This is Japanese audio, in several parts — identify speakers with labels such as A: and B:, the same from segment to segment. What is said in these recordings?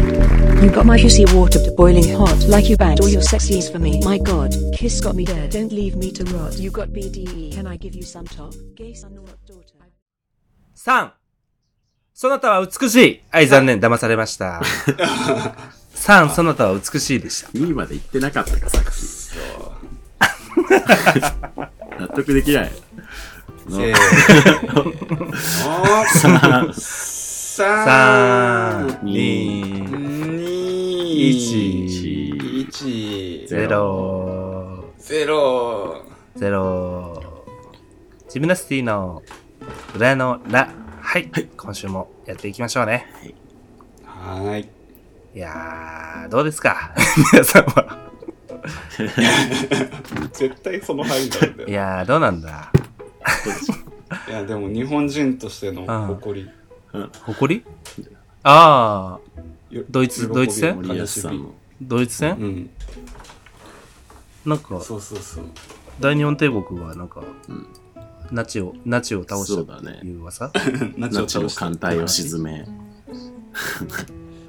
A: You got my pussy water to boiling hot like you banged all your sexies for me. My god, kiss got me dead. Don't leave me to rot. You got BDE. Can I give you some top? Gay son or daughter?
B: 3! そなたは美しいはい、残念、騙されま した。3、そなたは美しいでした。
C: 2位まで行ってなかったか、作詞。納得できない。
D: せーの。さ
B: 3、2、
D: ん。に
B: 一
D: 一
B: 0、
D: ゼロ。
B: 0。ジムナスティの裏のラ。はい、今週もやっていきましょうね。
D: はーい。
B: いやー、どうですか 皆さんは。
D: 絶対その範囲だよ
B: い
D: ね。
B: やー、どうなんだ
D: いや、でも日本人としての誇り。
B: 誇りあー、
D: よ
B: ドイツ
D: 喜び
B: ドイツ戦
C: 森保さんも。
B: ドイツ戦、
D: うん。
B: なんか、
D: そうそうそう。
B: 大日本帝国はなんか、
C: ん
B: ナチを、ナチを倒
C: そう
B: した
C: だ
B: と
C: ね。
B: いう噂、
D: ナチ
C: ナ
D: を
C: チ
D: 倒
C: の
D: した。
C: 艦隊を沈め。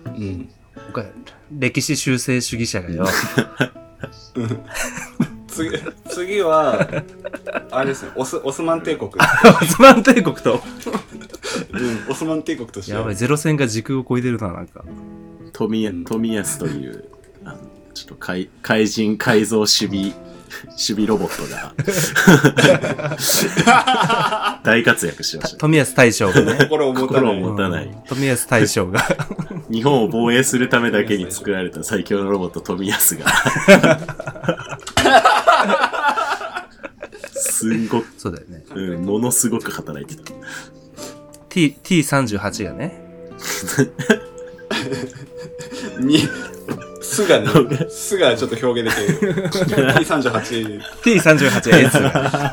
D: うん。
B: おか歴史修正主義者が よ。
D: 次、次は、あれですね、オス、オスマン帝 国。
B: オスマン帝国と。
D: うん、オスマン帝国として。
B: やばい、ゼロ戦が時空を超えてるな、なんか。
C: 富
D: うん
C: 安富安というあのちょっと怪怪人改造守備守備ロボットが 大活躍しました
B: 富安大将がね。
D: 心を持たな
C: 心を
D: い。
C: 持たない、
B: 富安大将が。
C: 日本を防衛するためだけに作られた最強のロボット富安が すんごく、
B: そうだよね。
C: うん、ものすごく働いてた
B: T、T38 がね。
D: に、すがね、すがちょっと表現できる。T38。
B: T38S が。
C: 確か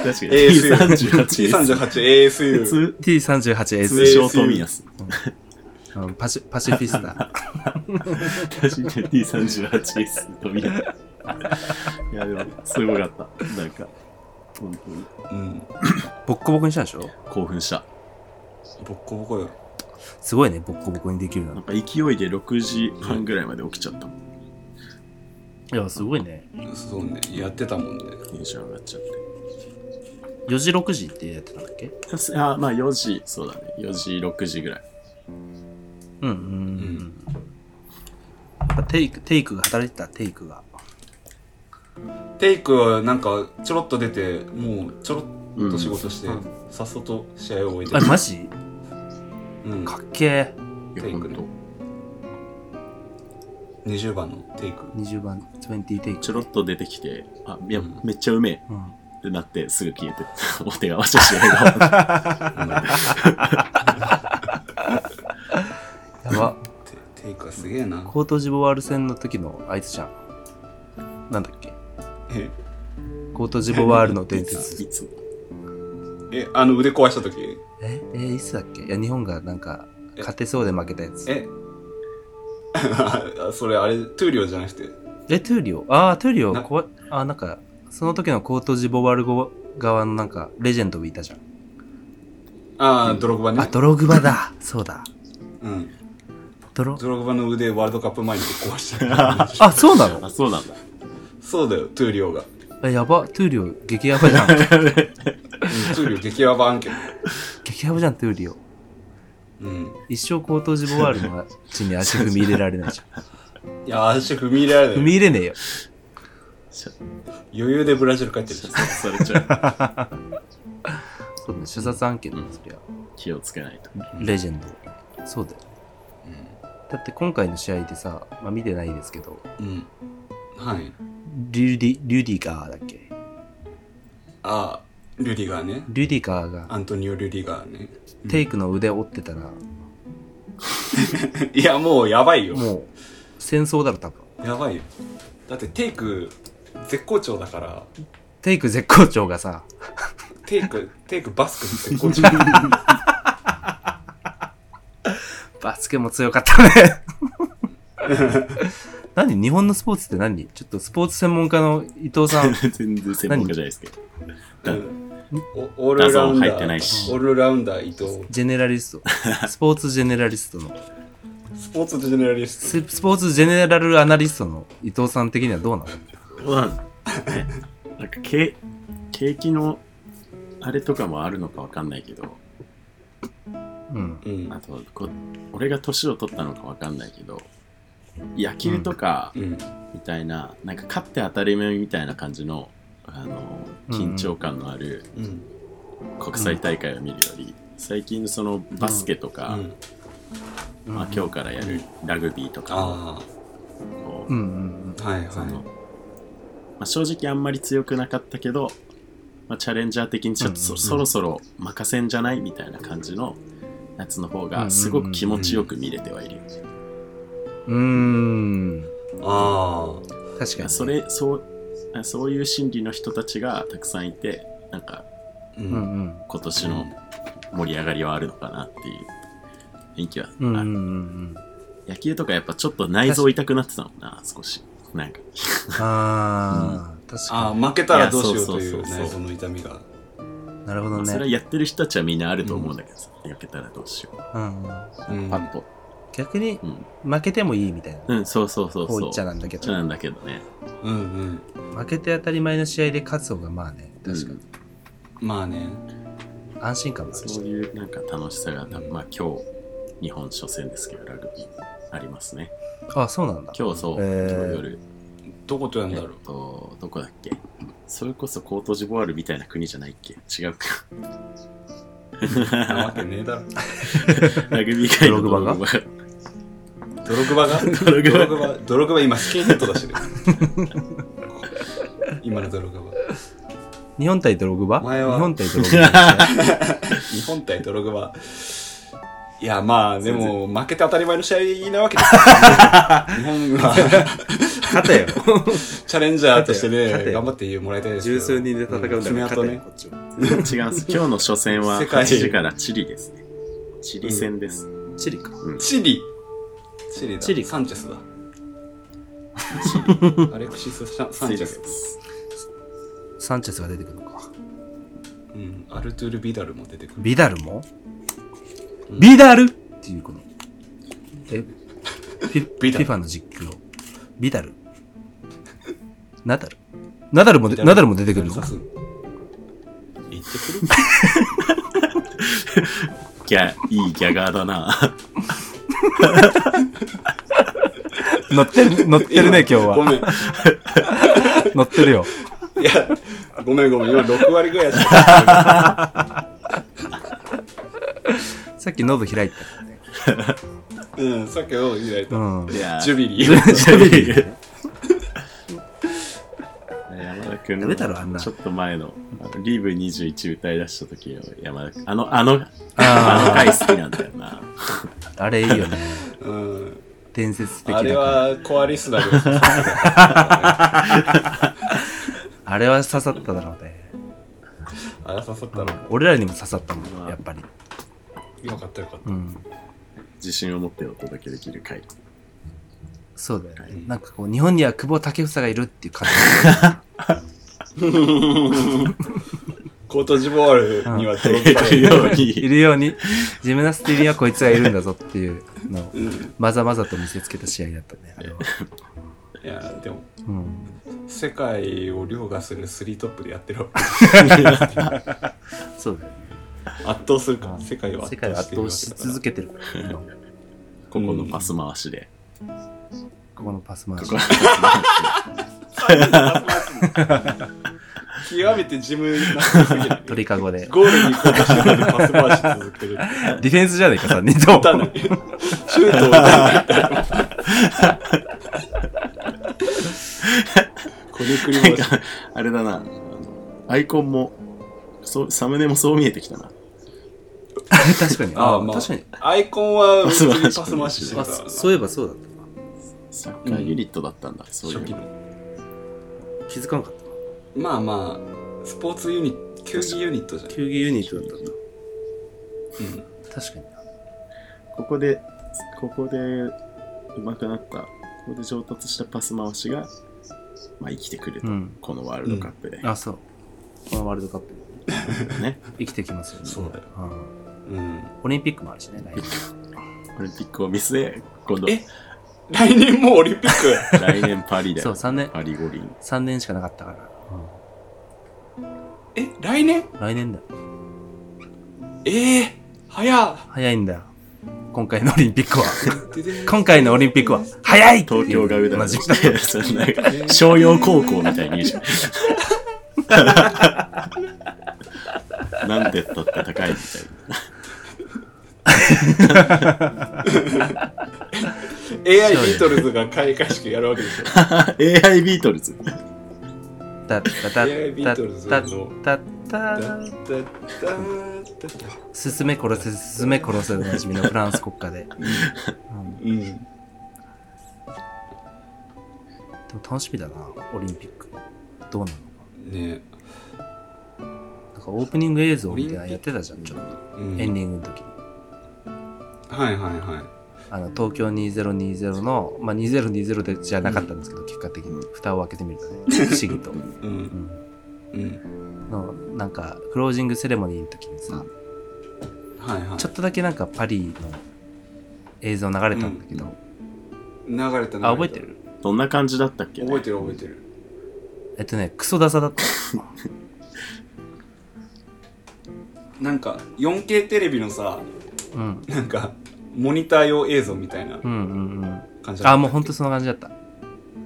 C: に T38
D: T38ASU。
C: 通
B: T38S
C: 通称富安
B: うん。パシパシフィスタ。
C: 確かに T38 です。飛び出たいや、でも、すごかった。なんか、本当に
D: うん。
B: ボッコボコにしたでしょ
C: 興奮した。
D: ボッコボコよ。
B: すごいね、ボッコボコにできるな
C: なん。か勢いで6時半ぐらいまで起きちゃったもん。
B: いや、すごいね。
D: そうね、やってたもんね。
C: テンション上がっちゃって。
B: 4時6時ってやってたんだっけ
C: あ、まあ4時、そうだね。4時、6時ぐらい。
B: うんうんうん。やっぱテイク、テイクが働いてた、テイクが。
D: テイクはなんか、ちょろっと出て、もうちょろっと仕事して、さっそと試合を終
B: あ
D: え
B: れ、
D: て。
B: マジ
D: うん。
B: かっけえ。
C: いや、
D: テイ
C: ほ
D: ク
C: ん
D: ね
C: と。
D: 20番のテイク。
B: 20番、20テイク。
C: ちょろっと出てきて、あ、いや
D: うん、
C: めっちゃうめえ
B: うん。
C: ってなって、すぐ消えて った。お手がわしゃし ないが。
B: やば。
D: テテイクはすげえな。
B: コートジボワール戦の時のあいつじゃん。なんだっけ
D: え、
B: コートジボワールの伝説。
C: いつ
D: え、あの腕壊した時
B: ええ、いつだっけいや、日本がなんか、勝てそうで負けたやつ。
D: え あそれあれ、トゥーリオじゃなくて。
B: え、トゥーリオああ、トゥーリオ、
D: な
B: こわあ、なんか、その時のコートジボワール語側のなんか、レジェンドもいたじゃん。
D: ああ、ドログバね
B: あ、。ドログバだ。そうだ。
D: うん。
B: ドロ、
D: ドログバの腕ワールドカップ前にぶっ壊した。
B: あ、そうなの
C: あ、そうなんだ。
D: そうだよ、トゥーリオが。うん
B: えやば。トゥーリオ、激ヤバ じゃん。
D: トゥーリオ激ヤバ案件。
B: 激ヤバじゃん、トゥーリオ。
D: うん。
B: 一生コートジボワールの地に足踏み入れられないじゃ
D: いや、足踏み入れられ
B: ん。踏
D: ない。
B: み入れねえよ。
C: しゃ
D: 余裕でブラジル帰ってるし
C: 射。殺されちゃう。
B: そうね、主殺案件だよ、そりゃ。
C: 気をつけないと。
B: レジェンド。そうだよ。だって今回の試合でさ、まあ、見てないですけど、
D: うん。はい。
B: リュディ、リュディガーだっけ
D: ああ、ルディガーね。
B: リュディガーが
D: アントニオ・ルディガーね。
B: テイクの腕折ってたら、
D: いや、もうやばいよ。
B: もう戦争だろ、多分。
D: やばいよ。だってテイク、絶好調だから、
B: テイク絶好調が さ、
D: テイク、テイクバスク 絶好調。バ
B: バスケも強かったね。 何日本のスポーツって 何ちょっとスポーツ専門家の伊藤さん、
C: 全然専門家じゃないですけど。
D: おオールラウ
C: ダ
D: ンダー
C: ゾーン入ってないし
D: オールラウンダー伊藤
B: ジェネラリスト。スポーツジェネラリストの。
D: スポーツジェネラリス
B: ススポーツジェネラルアナリストの伊藤さん的にはどうなの
C: まあ、ね、なんか景、景気の、あれとかもあるのかわかんないけど、
B: うん。
D: トうん
C: あと、こ俺が年を取ったのかわかんないけど、野球とか
D: うん
C: みたいな、なんか勝って当たり前みたいな感じの、あの、緊張感のある
D: うん
C: 国際大会を見るより、最近そのバスケとか、
D: うん
C: まあ、今日からやるラグビーとか、
D: あ
C: こう
B: うんうん
D: あはい
C: その、
D: は
C: まあ、正直あんまり強くなかったけど、まあ、チャレンジャー的にちょっとそ,、
B: うんうんうん
C: ろそろ任せんじゃないみたいな感じのやつの方
B: うんうんう
C: が
B: ん
C: すごく気持ちよく見れてはいるよ、
B: うん。う
D: いあ
B: ーん。確かに。
C: そ。れそうそういう心理の人たちがたくさんいてなんか
D: あう
B: うんん
C: 今年の盛り上がりはあるのかなっていう雰囲気はある、
B: うん。うんうんうん。
C: 野球とかやっぱちょっと内臓痛くなってたもんな少しなんか
B: あー、確
D: あ
B: か
D: あ負けたらどうしようとい
C: いやそううそうそうそう
D: 内臓の痛みが
B: に。なるほど
C: まあそれは
B: ね。
C: やってる人たちはみんなあると思うんだけどさ、やけたらどうしよう
B: うんうん。
D: うん
C: パッと、
B: 逆に
C: うん、
B: 負けてもいいみたいな。
C: うん、そうそうそう
B: こう
C: そ
B: 言
C: う
B: っちゃなんだけ
C: そう
B: ど。
C: なんだけどね。
D: うんうん
B: 負けて当たり前の試合で勝つ方がまあね、確かに。
D: まあね
B: 安心感もある
C: そ
B: し
C: う。いうなんか楽しさが、多分まあ今日、日本初戦ですけど、ラグビーありますね。
B: あ、そうなんだ。
C: 今日そう、
B: へー
C: 今日夜、
D: どことやん
C: え
D: だ
C: っ
D: ろう
C: と、どこだっけそれこそコートジボワールみたいな国じゃないっけ違 うか。
D: なわけねえだろ
C: ラグビー界の
B: ドログバが
C: ドログ
D: ドログ バが
C: ドログバ
D: バドログバ今スキンヘッド出してる 今のドログバ
B: 日本対ドログバ
D: 前は
B: 日本対ドログバ。
D: 日本対ドログバいやまあでも負けて当たり前の試合なわ けですからね日本は
B: 勝てよ。
D: チャレンジャーとして
B: 勝てよ
D: ね頑張ってもらいたいですけ
B: 十
D: ど
B: 数人で戦うんだか
D: 爪
B: ら、勝
D: 痕
B: てよ
D: ね
B: こっちは。
C: 違う んです。今日の初戦は
D: 世界
C: 8時からチリですね。チリ戦です。
B: チリか。
D: チリチリだ
B: チリ
D: サンチェス だアレクシス・サンサ
C: チ
D: ン
C: リで
D: チェス、
C: す。
B: サンチェスが出てくるのか。
D: うん、アルトゥール・ビダルも出てくる
B: ビダルもビダルっていうこの。え、フィ
D: ビダル
B: FIFA の実況。ビダル。ナダル。ナダルもで、
D: ビダル
B: ナダルも出てくるの
D: サ
B: か
D: ス 行ってくる
C: ギャ、いいギャガーだな。
B: 乗ってる、乗ってるね、今日
D: ご
B: は。
D: めん
B: 乗ってるよ。
D: いや、ごめんごめん、今6割ぐらいだった。
B: さっき喉開いた。
D: うん、さっきの言われた。
B: うん。
C: いや
D: ジュビリー。
C: ジュビリー。 山田君
B: やめたろあんな
C: ちょっと前の、あのリーブ21歌い出した時の山田君。あの、あの、あの
B: あ
C: 回好きなんだよな。
B: ーあれいいよね。
D: うん。
B: 伝説的な
D: あ
B: 回。
D: れはコアリスナーです。
B: あれは刺さっただろうね。
D: あれ刺さったの。
B: 俺らにも刺さったもん、やっぱり。
D: よかったよかっ
B: うん。
C: 自信を持ってお届けできる 回。
B: そうだよね。なんかこう、日本には久保建英がいるっていう感
D: た。コートジボワールにはドロップ
C: というよう
B: じ。い
C: に、
B: るように、ジムナスティにはこいつがいるんだぞっていうのを、まざまざと見せつけた試合だったね。あれは。
D: いや、でも、
B: うん。
D: 世界を凌駕するスリートップでやってるわ。
B: そうだよね。
D: 圧倒するから、世界を圧
B: 世界
D: 倒
B: を圧
D: している
B: 倒
D: わ
B: し
D: けだから
B: 続けてる。
C: ここのパス回しで。
B: ここのパス回し
C: ここ。のパス回し
D: 極めてジムナスティックすぎる
B: 鳥かごで。
D: ゴールに行こうとしてるのにパス回し続ける。
B: ディフェンスじゃねえか、さ、人と
D: 打たない。シュートを打たない。こねくり
C: でなん
D: 回し
C: か、あれだな。あのアイコンも、そう、サムネもそう見えてきたな。
B: 確かに。ああ、
D: ま
B: 確かに。
D: アイコンは別にパス回しして
B: あ
D: た。
B: そそういえばそうだったな。
C: サッカーユニットだったんだ。そうい
D: 初期
C: う。
D: の。
B: 気づかなかったな。
D: まあまあ、スポーツユニット、球技ユニットじゃん。
B: 球技ユニットだったんだ。確かに。
C: ここで、ここで、上手くなった、ここで上達したパス回しが、まあ、生きてくれた、
B: うん
C: このワールドカップで。
B: あ、そう。このワールドカップ。
C: ね。
B: 生きてきますよね。
D: そうだよ。
B: うん
D: うん。
B: オリンピックもあるしね、来年
C: オリンピックを見据え、今度、
D: え来年もうオリンピック
C: 来年パリだ
B: そう、
C: よ。
B: 3年、
C: パリ五輪。
B: 3年しかなかったから。
D: え、来年
B: 来年だよ。
D: ええ早っ
B: 早いんだよ。今回のオリンピックは。
D: でで
B: 今回のオリンピックは、早い
C: 東京が上だ
B: マ
C: な
B: ジ
C: そんな商用高校みたいに言うじゃん。なんてったって高いみたいな。
D: AI ビートルズが開会式やるわけでしょ
C: AI ビートルズ。
B: だだだ
D: AI ビートルズ
B: だ
D: の
B: だだだ進め殺せ進め殺せでおなじみのフランス国家で、うん、で
D: うんうん
B: も楽しみだなオリンピックどうなのか
D: ね
B: なんかオープニング映像みたいなのやってたじゃんちょっ
D: う
B: と
D: ん
B: エンディングの時に
D: はいはいは
B: あの東京2020の、まあ、2020でじゃなかったんですけど、結果的に蓋を開けてみるとね不思議と、う
D: いうん
B: ん、
D: うん
B: のなんかクロージングセレモニーの時にさ
D: はいはい
B: ちょっとだけなんかパリの映像流れたんだけど、
D: 流れた流れた
B: あ覚えてる
C: どんな感じだったっけ、
D: 覚えてる覚えてる
B: えっとねクソダサだった
D: なんか 4K テレビのさ
B: うん
D: なんかモニター用映像みたいな
B: うんうんうん
D: 感じだった
B: あもうほんとそんな感じだった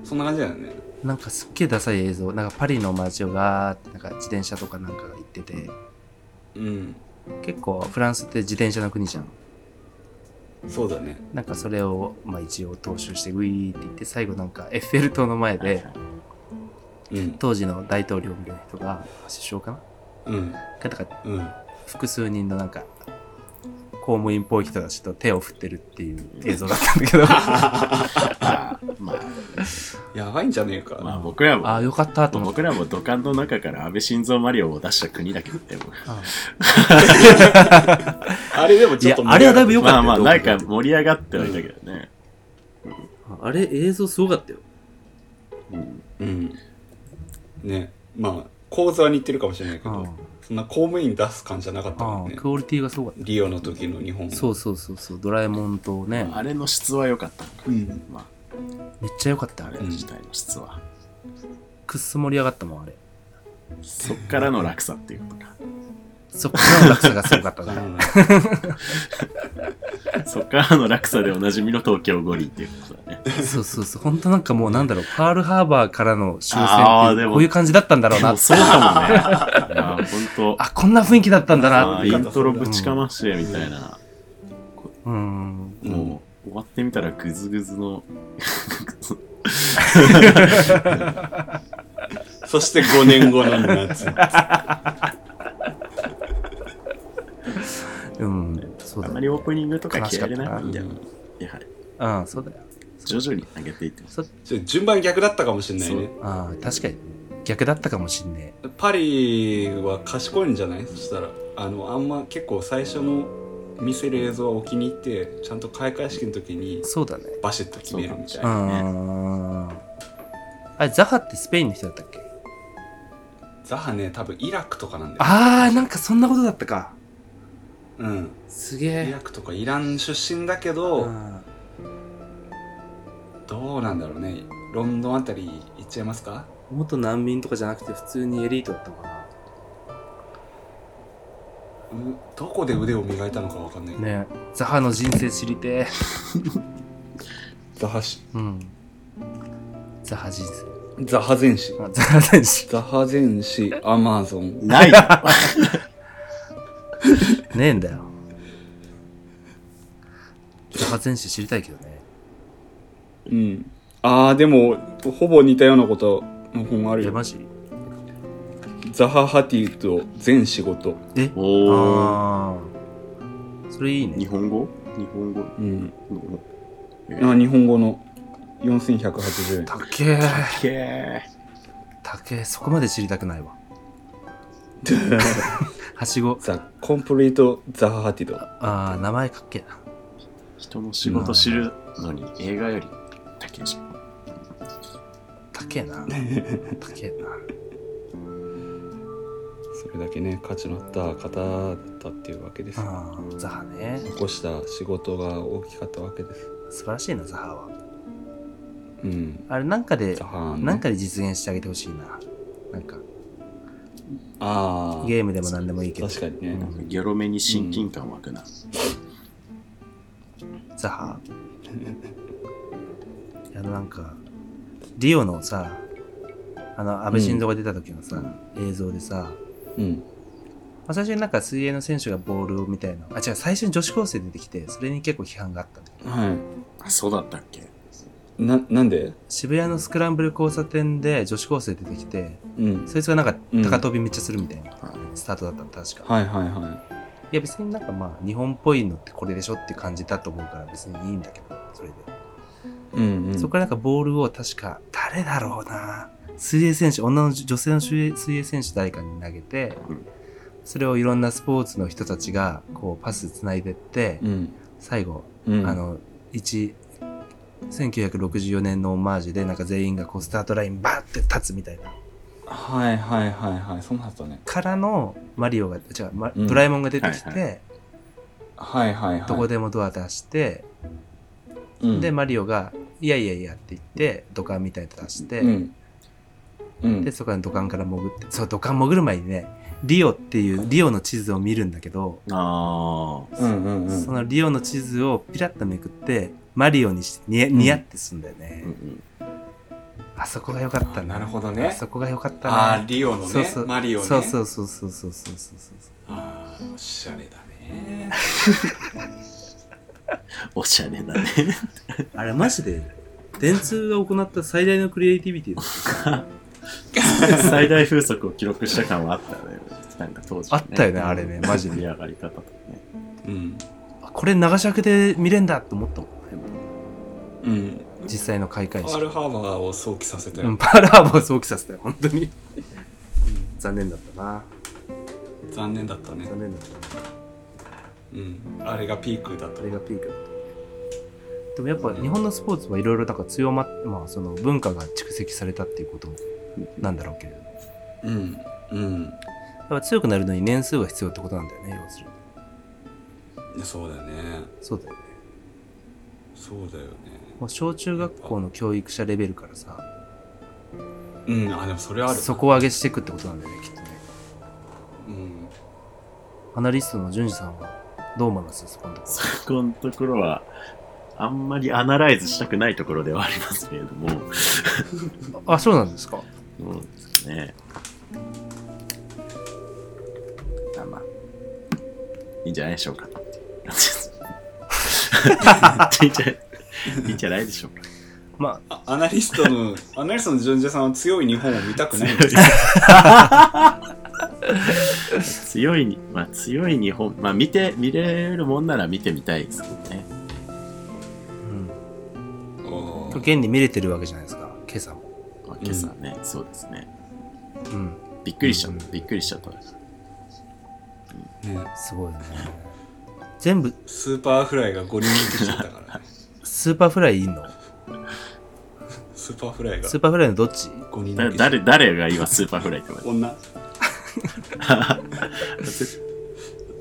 D: そんな感じだよね
B: なんかすっげえダサい映像なんかパリの街をガーってなんか自転車とかなんかが行ってて
D: うん
B: 結構フランスって自転車の国じゃん
D: そうだね
B: なんかそれを、まあ、一応踏襲してウィーって言って最後なんかエッフェル塔の前で
D: うん
B: 当時の大統領みたいな人が首相かな
D: うん
B: がなんか
D: うん
B: 複数人のなんか公務員っぽい人たちと手を振ってるっていう映像だったんだけど
C: あまあ、
D: やばいんじゃねえ
C: まあ
D: か
C: 僕らも。
B: ああよかったと思って
C: 僕らも土管の中から安倍晋三マリオを出した国だけどでも
D: あれでもちょっと
B: いやあれはだいぶよかった
C: まあまあ
B: どう
C: なんか盛り上がってはいたけどね、
B: あれ映像すごかったよ
C: うん
D: うんねまあ構図は似てるかもしれないけ
B: うん
D: どそんな公務員出す感じじゃなかったもん
B: うん
D: ね
B: クオリティがすごかった
D: リオの時の日本
B: そうそうそうそうドラえもんとね
C: あれの質は良かったのか、
D: うん
C: ま
B: めっちゃ良かっ
C: あ
B: たあ
C: あ
B: れ
C: れ自体の質は、
B: くっそ盛り上がったもんあれ
C: そっからの落差っていうことか
B: そっからの落差がすごかったか
D: う
B: ら
D: ん
C: そっからの落差でおなじみの東京五輪っていうことだね
B: そうそうそう本当なんかもうなんだろうパールハーバーからの終戦
C: あー
B: って
C: でも
B: こういう感じだったんだろう
C: で
B: な
C: もそう かもねいや本当
B: あこんな雰囲気だったんだな
C: あ
B: っ
C: あ
B: て
C: イ
B: いう
D: ー
C: ントロぶちかましてみたいな、
B: うん
D: うん
C: もう終わってみたらグズグズの
D: そして5年後の 夏
B: うんそう
C: あ
B: だ
C: ん
B: ね
C: まりオープニングとか気合い入れなくていいんだよ
D: 悲しか
C: やはり
B: うんそうだよ
C: 徐々に上げていってます
B: そ
D: ちょ順番逆だったかもしれないね
B: あー確かに逆だったかもしんね
D: パリは賢いんじゃないそしたらあのあんま結構最初の見せる映像はお気に入ってちゃんと開会式の時に
B: えそうだね
D: バシッと決めるみたいうな
B: ーんあれザハってスペインの人だったっけ
D: ザハね多分イラクとかなんだよ、
B: あーなんかそんなことだったか
D: うん、
B: すげ
D: イ
B: え
D: ラクとかイラン出身だけ
B: う
D: ど、
B: ん
D: どうなんだろうねロンドンあたり行っちゃいますか
B: 元難民とかじゃなくて普通にエリートだったのか
D: うどこで腕を磨いたのかわかんないけど、
B: なねザハの人生知りてえ
D: ザハし
B: うんザハ人生
D: ザハ全史
B: あザハ選手
D: ザハ全史アマゾ ン
C: ないよ
B: ねえんだよザハ選手知りたいけどね
D: うんああでもほぼ似たようなことの本ある
B: え
D: よ
B: マジ
D: ザハ・ハティと全仕事
B: え
C: おお
B: ああそれいい
C: 日
B: ね
C: 本語日本語
D: うん
C: の
D: あ日本語の4180円
B: たけえ
C: へえ
B: たけえそこまで知りたくない わはしご
D: ザ・コンプリート・ザハ・ハティド
B: ああ名前かっけえな
C: 人の仕事知るのに映画より高いじゃん。
B: たけえなたけえな
D: それだけね価値のあった方だったっていうわけですよ
B: ああ、ザハね。
D: 残した仕事が大きかったわけです
B: 素晴らしいな、ザハは。
D: うん
B: あれ、なんかで
D: ザ、ハーンね
B: なんかで実現してあげてほしいな。なんか、
D: ああ
B: ゲームでも何でもいいけど、
D: 確かにね、
B: うん
C: ギャロ目に親近感湧くな。
B: ザハ。いや、なんか、リオのさ、あの、安倍晋三が出た時のさ、映像でさ、
D: うん
B: まあ最初になんか水泳の選手がボールをみたいな。あ、違う、最初に女子高生出てきて、それに結構批判があったんだよ。
D: は
C: あ、そうだったっけ
D: いななんで
B: 渋谷のスクランブル交差点で女子高生出てきて、
D: うん
B: そいつがなんか
D: うん
B: 高飛びめっちゃするみたいな、
C: あ
B: スタートだったの確か。
D: はいはいはい
B: いや別になんかまあ日本っぽいのってこれでしょって感じだと思うから別にいいんだけど、それで。
D: うんうん
B: そこからなんかボールを確か、誰だろうな水泳選手、女の女性の水泳水泳選手誰かに投げて
C: うん、
B: それをいろんなスポーツの人たちがこうパス繋いでって、
D: うん
B: 最後、
D: うん
B: あの、1、1964年のオマージュで、なんか全員がこうスタートラインバーって立つみたいな。
D: はいはいはいはいそんなはずだね
B: からの、マリオが、違う、ま
D: うん
B: ドラえもんが出てきて、
C: はい
D: はいはいはい
B: どこでもドア出して、
D: うん
B: で、マリオが、いやいやいやって言って、ドカンみたいなの出して、
D: うんうん
B: で、そこからドカンから潜って、そう、ドカン潜る前にね、リオっていう、リオの地図を見るんだけど、
C: あ
D: うんうんうん
B: そのリオの地図をピラッとめくって、マリオにして、ニヤニヤってすんだよね
C: ー。。うん
B: あそこが良かったな。
D: なるほどね
B: あそこが良かったな。
D: あーリオのね
B: そうそう
D: マリオね
B: そうそうそうそうそうそうそうそう
D: あーおしゃれだね
C: おしゃれだね。
B: あれマジで電通が行った最大のクリエイティビティだ
C: 最大風速を記録した感はあったよね。なんか当時、
B: あったよねあれねマジで
C: 盛り上がり方とかね。
D: うん
B: あこれ長尺で見れんだと思ったもん
D: うん
B: 実際の開会
D: パー
B: 式
D: ルハーバーを想起させた
B: う
D: よ
B: ん、パールハーバーを起きさせたよ本当に残念だったな
D: 残念だったね
B: 残念だった
D: うんあれがピークだ
B: あ
D: と
B: れがピークだったでもやっぱ日本のスポーツはいろいろなんか強まっまあその文化が蓄積されたっていうことなんだろうけれど
D: うんうん
B: やっぱ強くなるのに年数が必要ってことなんだよね要するに
D: そうだよね
B: そうだよね
D: そうだよね
B: もう小中学校の教育者レベルからさ
D: うんあでもそれはある
B: 底上げしていくってことなんだよねきっとね
D: うん
B: アナリストの淳二さんはどう思いますそこのところ
C: そこのところは、あんまりアナライズしたくないところではありますけれども、
B: あそうなんですか
C: そうですね。まあまあ、いいんじゃないでしょうか。 いいんじゃないいいんじゃないでしょうか。
B: ま
D: あアナリスト のアナリストの純次さんは強い日本を見たくないんです
C: 強いに、まあ強い日本、まあ見て、見れるもんなら見てみたいですけどね。
B: あ、うん、
D: おー
B: 現に見れてるわけじゃないですか今朝も
C: まあ今朝ね、そうですね。
B: うん
C: びっくりしちゃっ
B: う
C: た、
B: ん
C: びっくりしちゃった。
D: ね
B: すごいね全部
D: スーパーフライが5人出てきちゃったからね
B: スーパーフライいんの
D: スーパーフライが
B: スーパーフライのどっち
D: 5
C: だ
D: 人抜けちゃった
C: 誰、誰が今スーパーフライって言 われ
D: 女だス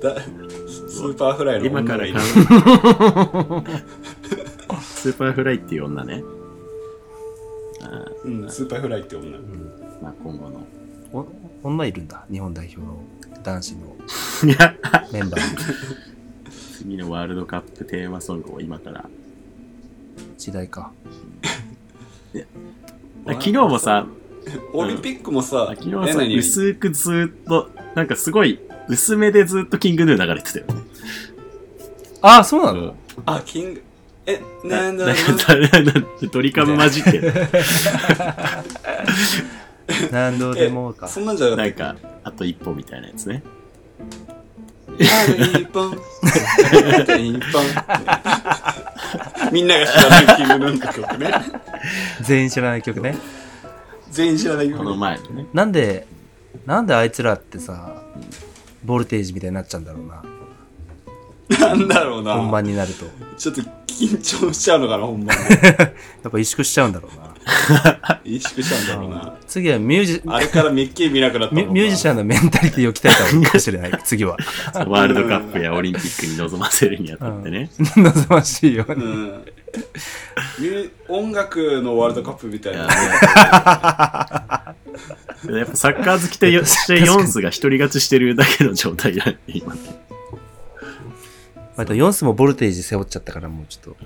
D: ーパーフライ
C: てる
D: の女
C: 今か
D: が
C: ら
D: い
C: 考
D: る
C: え スーパーフライっていう女ね。あ
D: うん、スーパーフライって女
C: あまあ今後の。
B: お女いるんだ日本代表の男子の
C: いや、
B: メンバーに
C: 次のワールドカップテーマソングを今から。
B: 時代か
C: 昨日もさ、
D: オリンピックもさ、
C: 昨日は
D: え
C: さ、
D: 何
C: 薄くずーっと、なんかすごい、薄めでずーっとキングヌー流れてたよね。
B: ああそうなの、
D: あ、キング、え、な
C: なんん
D: だ
C: か
D: なんだ
C: 誰なんてドリカム混じってる。
B: 何度でも
D: え
B: か
D: そんなんじゃなか
C: な
D: っ
C: んか、あと一歩みたいなやつね。
D: た。ある一本、ある一本。みんなが知らないキングなんか曲ね。
B: 全員知らない曲ね
D: 全員知らない
C: こ
D: 曲
C: の前のね。
B: なんで、なんであいつらってさ、ボルテージみたいになっちゃうんだろうな。
D: なんだろう
B: 本
D: な。
B: 番になると。や
D: ちょっと緊張しちゃうのかな、本番。
B: っぱ萎縮しちゃうんだろうな。
D: 意識したんだろうな。
B: 次はミュージ、
D: あれからミッキー見なくなった
B: ミュミュージシャ
D: ン。
B: ンのメンタリティを鍛えた方がいいかもしれない。次 は。
C: ワールドカップやオリンピックに臨ませるにあたってね。
B: 望ましいよう
D: う
B: に。
D: ん。ミュ音楽のワールドカップみたいな。
C: やっぱサッカー好きでよ、シェイ・ヨンスが一人勝ちしてるだけの状態だね、今ね。
B: また、ヨンスもボルテージ背負っちゃったから、もうちょっと。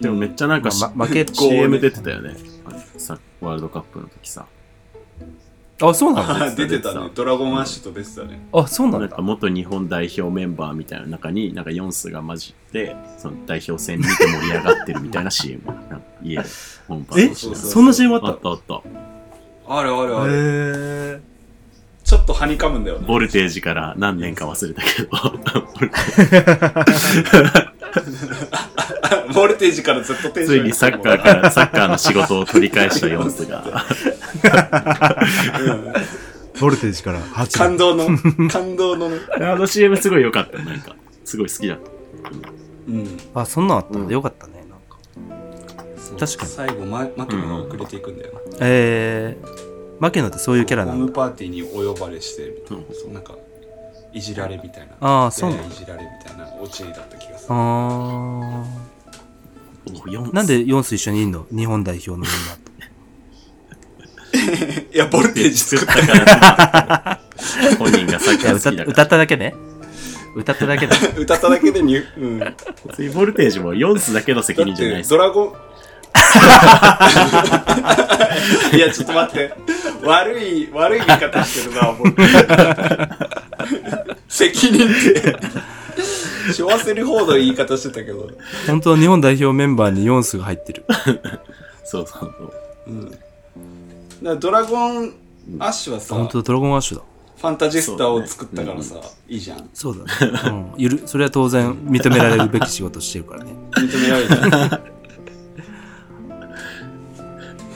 C: でもめっちゃなんか、
B: まあま負けっ
D: 構
C: CM 出てたよね。さワールドカップの時さ。
B: あ、そうな
D: あ出てたね。ドラゴンアッシュと出てたね。
B: のあ、そうな
C: なんん
B: だ
C: か。元日本代表メンバーみたいな中に、なんかヨンスが混じって、その代表戦見て盛り上がってるみ たいな CM。なんか家で本番
B: え
C: をしながら
B: そんな CM あ
C: あ
B: っ
C: ったあった。
D: あるある
B: た
D: ある。
B: へ
D: ちょっとはにかむんだよ ね。
C: ボルテージから何年か忘れたけ ど、
D: ボルテージからずっとテンシ
C: つ
D: ョン
C: いにサッカーから、サッカーの仕事を取り返したヨンスが、
B: ボルテージから8
D: 感動の、感動のね。
C: あの CM すごい良かった。なんか、すごい好きだった。
D: うん。
B: あ、そんなんあったん
C: う
B: だ。
C: ん
B: よかったね。なんか。確かに
D: 最後、ま、マキノが遅れていくんだよな。
B: えー、マケノってそういうキャラ
D: ホ
B: な
D: ー
B: んだ。
D: ムパーティーにお呼ばれしてみたいな、
C: うん
D: そうなんかいじられみたいな
B: あーそうなん
D: や
B: だ
D: やいじられみたいなオチだった気がす
B: あ
D: る
B: ー。
C: おヨンス
B: なん でヨンス一緒にいんの日本代表のみんな と。
D: いやボルテージ
C: 作
D: 作
C: っ
D: った
C: たから本人がサッ
B: い
C: カー
B: や
C: 好
B: 歌っ
C: きだか
B: 歌っただけね。歌っただけ だ。
D: 歌っただけでに、うん、だっ
C: ら別にボルテージもヨンスだけの責任じゃない
D: て
C: です
D: ドラゴンいやちょっと待って悪い悪い言い方してるなボルテージ責任ってしょわせる方の言い方してたけど、
B: 本当は日本代表メンバーにヨンスが入ってる。
C: そうそうそう
D: うん、だからドラゴンアッシュはさ、
B: 本当だドラゴンアッシュだ。
D: ファンタジスタを作ったからさ、いいじゃん。
B: そうだね。うん。ゆる、それは当然認められるべき仕事してるからね。
D: 認められた。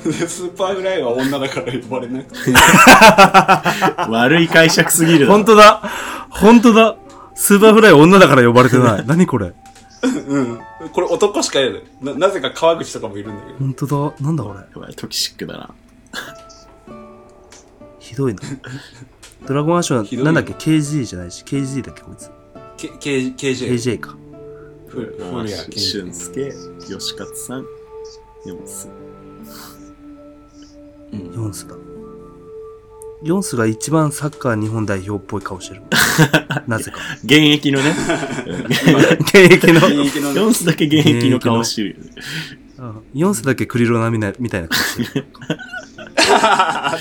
D: で スーパーぐらいは女だから呼ばれなくて。
C: 悪い解釈すぎるだろ
B: 本当だ本当だスーパーフライ女だから呼ばれてない。 何これ
D: うん。これ男しかやる。ななぜか川口とかもいるんだけど。
B: 本当だ。なんだこれ。
C: やばいトキシックだな
B: ひどい な。ドラゴンアッシ
D: ひ
B: ュ
D: ど
B: はいなんだっけ ?KG じゃないし、KG だっけこいつ。
D: K、K、KJ。
B: KJ か。
D: フルフルヤ、KJ。
C: 俊介吉勝さんヨンス
D: うん
B: ヨンスだ。ヨンスが一番サッカー日本代表っぽい顔して る。なぜか。
C: 現役 のね
B: 現役の。
D: 現役のね
C: ヨンスだけ現役の顔してるよね
B: うんヨンスだけクリロナみなみたいな顔してる。
D: 確か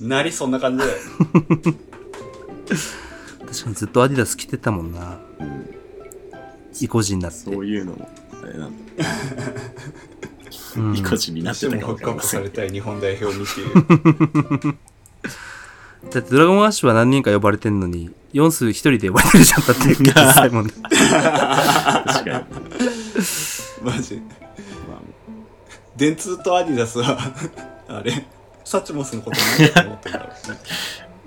D: に。なりそんな感じだよ。
B: 確かにずっとアディダス着てたもんな。意固地になって。
C: そういうのもあれなんだ
B: うん
C: 意固地になって
D: で
C: た
D: も
C: か
D: ホ
C: わ
D: ッ
C: かりま
D: クアップ
C: せ
D: さ
C: ん
D: れたい日本代表に っていう。
B: だってドラゴンアッシュは何人か呼ばれてんのに、ヨンス一人で呼ばれてるじゃん だって実際もね。
C: 確かに
D: マジ。
C: まあ
D: 電通とアディダスは、あれ、サチモスのことないと思ってるから。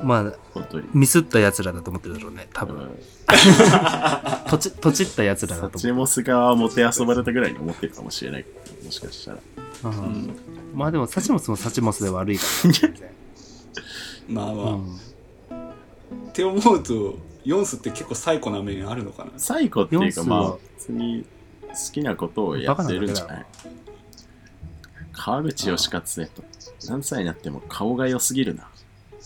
B: まあ、
C: 本当に
B: ミスった奴らだと思ってるだろうね。多分。とち、とちった奴ら
C: サ
B: だと
C: チモス側はもてあそばれたぐらいに思ってるかもしれないもしかしたら
B: 思う。うんまあでも、サチモスもサチモスで悪いか
D: まあま
B: ら。
D: あ、
B: うん
D: って思うとヨンスって結構最古な面あるのかな
C: 最古っていうか
B: 四数
C: ま
B: は
C: あ別に好きなことをやってるんじゃない川口義勝やと何歳になっても顔が良すぎるな、
B: 好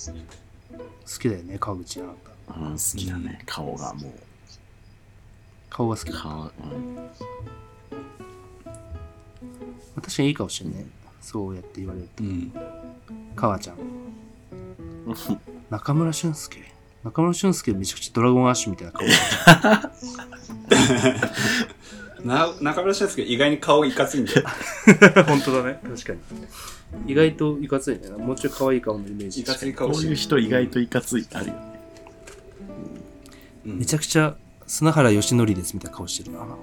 B: きだよね、川口な
C: うん、好きだね、顔がもう
B: 顔が好きだ。
C: 顔、うん、
B: 確かにいい顔してるね。そうやって言われると。
D: うん
B: 川ちゃん。中村俊介。中村俊介めちゃくちゃドラゴンアッシュみたいな顔。
D: な中村俊輔意外に顔いかついんだよ
B: 本当だね。確かに。意外といかついね。もうちょい可愛い顔のイメージ
D: い。かつい
C: こ
D: 顔
C: う
D: して
C: いう
D: る
C: 人意外といかついあるよね
B: めちゃくちゃ砂原義則ですみたいな顔してるな、なんか。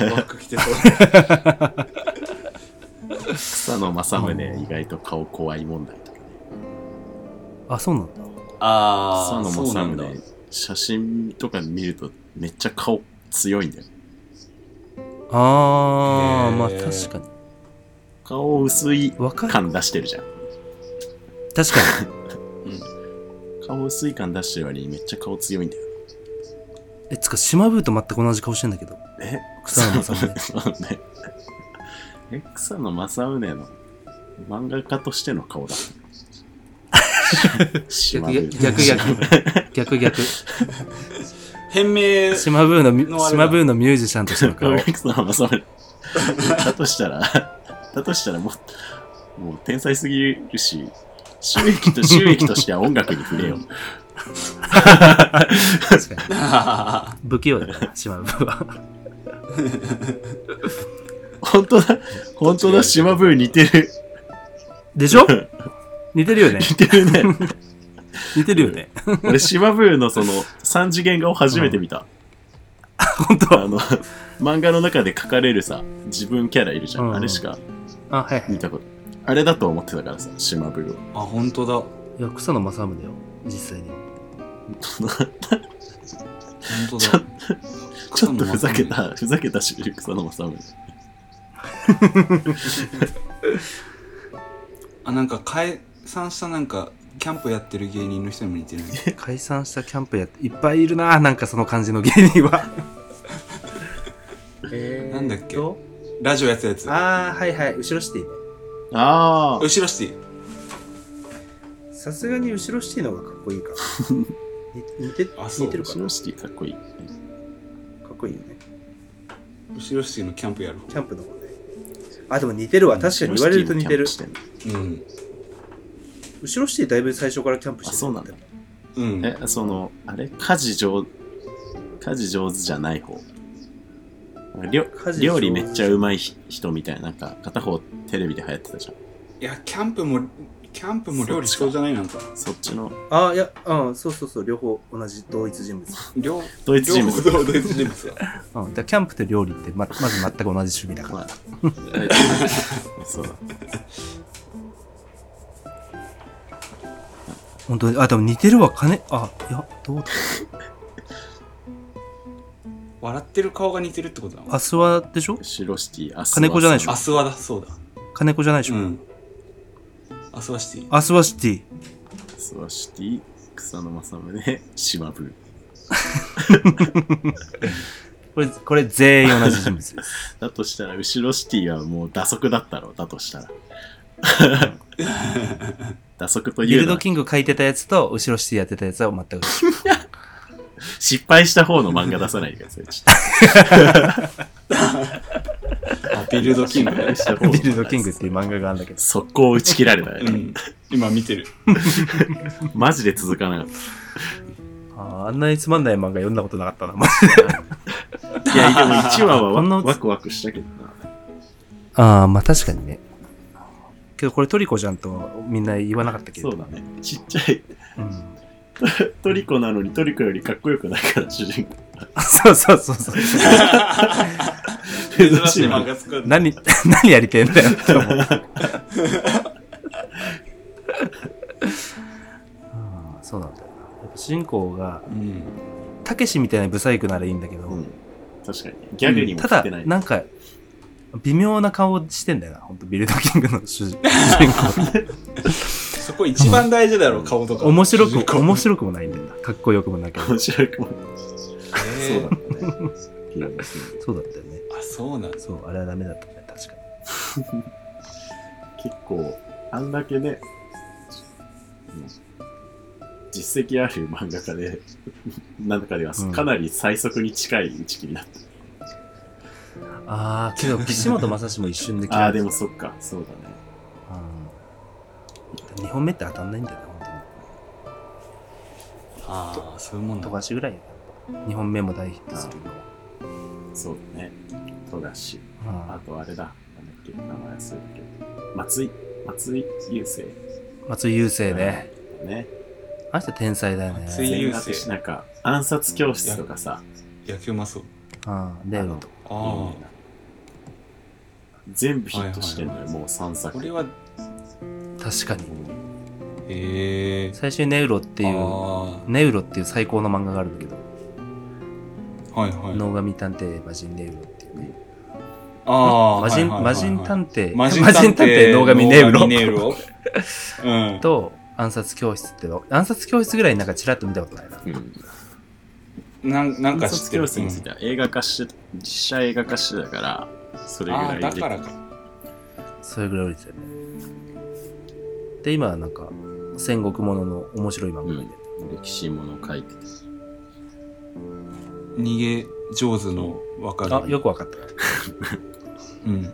D: バック着てそう
C: 草野正宗意外と顔怖い問題とかね
B: あ、そうなんだ。
D: あ
C: 草野
D: あそうなんだ
C: 正宗写真とか見るとめっちゃ顔強いんだよね
B: あー、
D: へー
B: まあ確かに。
C: 顔薄い
B: 若い。確か
C: 感出してるじゃん。
B: に。
C: 顔薄い感出してる割にめっちゃ顔強いんだよ。
B: え、つか、島ブーと全く同じ顔してんだけど。
C: え
B: 草野正宗。
C: そうね。 え、草野正宗の漫画家としての 顔だ。島
B: 逆
C: 部
B: 逆逆。 逆逆。
D: 変名、
B: 島ブーのミ
D: のあれ、だ
B: 島ブーのミュージシャンとしての 顔。
C: 草野正宗。 だとしたら、 だとしたらもう、もう天才すぎるし、収益 と、収益としては音楽に触れよ。
B: 確かに。不器用だから、島ブーは。
C: 本当だ、本当だ、島ブー似てる。
B: で しょ似てるよね。
C: 似てるね。
B: 似てるよね。
C: 俺、島ブーのその、三次元画を初めて見た。
B: 本当
C: あの、漫画の中で書かれるさ、自分キャラいるじゃん。
B: うん
C: あれしか
B: あ、はいはい。
C: 見たこと。あれだと思ってたからさ、島ブーを。
D: あ、本当だ。本
B: いや、草野正宗よ。実 際に。
D: 当だ。
C: ちょっとふざけた、ふざけたし、草野正宗。
D: あ、なんか解散したなんか、キャンプやってる芸人の人にも似 てる。
B: 解散したキャンプやって、いっぱいいるな、なんかその感じの芸人 は。え
D: なんだっけラジオやってたやつ。
B: あー、はいはい。後ろシティね。
C: ああ、
D: 後ろシティ。
B: さすがに後ろシティの方がかっこ いいか。に似て
D: あそう
B: 似てるか
C: シ
B: な
C: ロ
B: か
C: シティかっこいい。
B: っこいいよね。
D: 後ろシティのキャンプやる
B: キャンプの方ね。あ、でも似てるわ。確かに言われると似てる
C: シ。ロシティもキャンプしてん
D: うん。
B: 後ろシティだいぶ最初からキャンプしてる。
C: あそうなんだ。
D: うん。
C: のえ、その、あれ家事上、家事上手じゃない方。料
B: 家事上手
C: 料理めっちゃうまい人みたいな、なんか片方テレビで流行ってたじゃ
D: いや、キャンプも、キャンプも料理しそうじゃないなんか。
C: ん。そっちの
B: あ、いや、うん、そうそうそう。両方同じ同一人物。
D: 両
C: ドイツ人物
D: 両方同一人物だ。
B: うん、だからキャンプと料理ってままず全く同じ趣味だから。
C: まあ、そうだ。
B: 本当に、あ、でも似てるわ。金、あ、いや、どうだ
D: 笑ってる顔が似てるってことだ。
B: アスワでしょ
C: シロシティ、アス
B: 金子じゃないでしょ
D: アスワだ、そうだ。
B: 金子じゃないでし
D: う
B: ょ、
D: ん。アスワシティ。
B: アスワシティ。
C: スワシティ、草野正宗、島ブ
B: これ、これ全員同じ人物 です。
C: だとしたら、後ろシティはもう打足だったろ、だとしたら。 打足と
B: ビ
C: いう
B: ル
C: の
B: ド
C: は
B: キング書いてたやつと、後ろシティやってたやつは全く一緒。
C: 失敗した方の漫画出さないでください。ちょっ
D: あ、ビルドキング
C: と失敗
D: ね。
C: した方の漫画
B: ビルドキングっていう漫画があるんだけど。
C: 速攻打ち切られた
D: う
C: ね。
D: ん。今見てる。
C: マジで続かなかっ
B: あーあんなにつまんない漫画読んだことなかったな、マジ
C: た。いや、でも1話は
B: こんな
C: ワワクワクしたけどな。
B: ああ、まあ確かにね。けどこれトリコじゃんとみんな言わなかったけ
C: そ
B: ど。
C: うだね。ちっちゃい、
B: うん
C: トリコなのにトリコよりかっこよくないから、主人公。
B: そうそうそうそう。
D: 珍しい漫画作る。
B: 何、 何やりてんだよって 思った。あーそうなんだよな。やっぱ主人公が、
D: うん。
B: たけしみたいなブサイクならいいんだけど、
C: うん。確かに。ギャグにも
B: た
C: 勝
B: だ
C: てない。、
B: なんか、微妙な顔してんだよな、ほんとビルドキングの主 人主人
D: そこ一番大事だろう、顔とか。
B: 公。面白
D: 主人
B: く、
D: 公
B: 面白くもないんだよな。かっこよくもないけど。
C: 面白いかも。
D: へ
C: そ
D: ー
C: うだったね。ピラミッド
B: そうだったよね。
D: あ、そうなんです。
B: そう、あれはダメだったね、確かに。
C: 結構、あんだけね、うん実績ある漫画家で、中では
B: うん
C: かなり最速に近い打ち切りだった。
B: ああ、けど、岸本正史も一瞬で
C: あ
B: 嫌
C: あ
B: い
C: ー、でもそっか、そうだね。
B: 2本目って当たんないんだよな、本当に。
D: ああ、そういうもんだ
B: 富。樫ぐらいよ2本目も大ヒットするの
C: そうだね。富樫。あ
B: は、
C: とあれだ。なんだっけ、名前忘れたけど。松井、松井優生
B: うん、松井優生ね。
C: ね。
B: あの人天才だよね。
D: 松井優生
C: 生。なんか、暗殺教室とかさ、
D: 野球うまそう。
B: うん、レ
C: あ
B: オン
C: の
B: と。
D: ああ。
C: 全部ヒットしてんのよ、もう3作。
D: これは、
B: 確かに。
D: へえ。っ
B: 最初にネウロって
D: て
B: いう、
D: は
B: ネウロっていう最高の漫画があるんだけど、
D: いはい。
B: 能神探偵魔人ネウロっていうね。
D: ああ。
B: 魔人、
D: はいはいはいはい
B: 魔人探偵。
D: 魔人探偵。
B: 能神ネウロ。
D: ネウロ。うん。
B: と、暗殺教室っての、暗殺教室ぐらいなんかチラッと見たことないな。
C: うん。
D: なんなんか
C: 暗
D: 知っ
C: 殺
D: てる。
C: 教室については映画化して、実写映画化してたから、それぐ
D: あ
C: ら
D: あー、
C: い
D: だ
C: で
D: からか。
B: それぐらい降りてたよね。で、今はなんか、戦国ものの面白い漫画で、
C: 歴史もの書いてて。
D: 逃げ上手の若
B: あ、
D: 君。
B: よくわかった。
D: うん。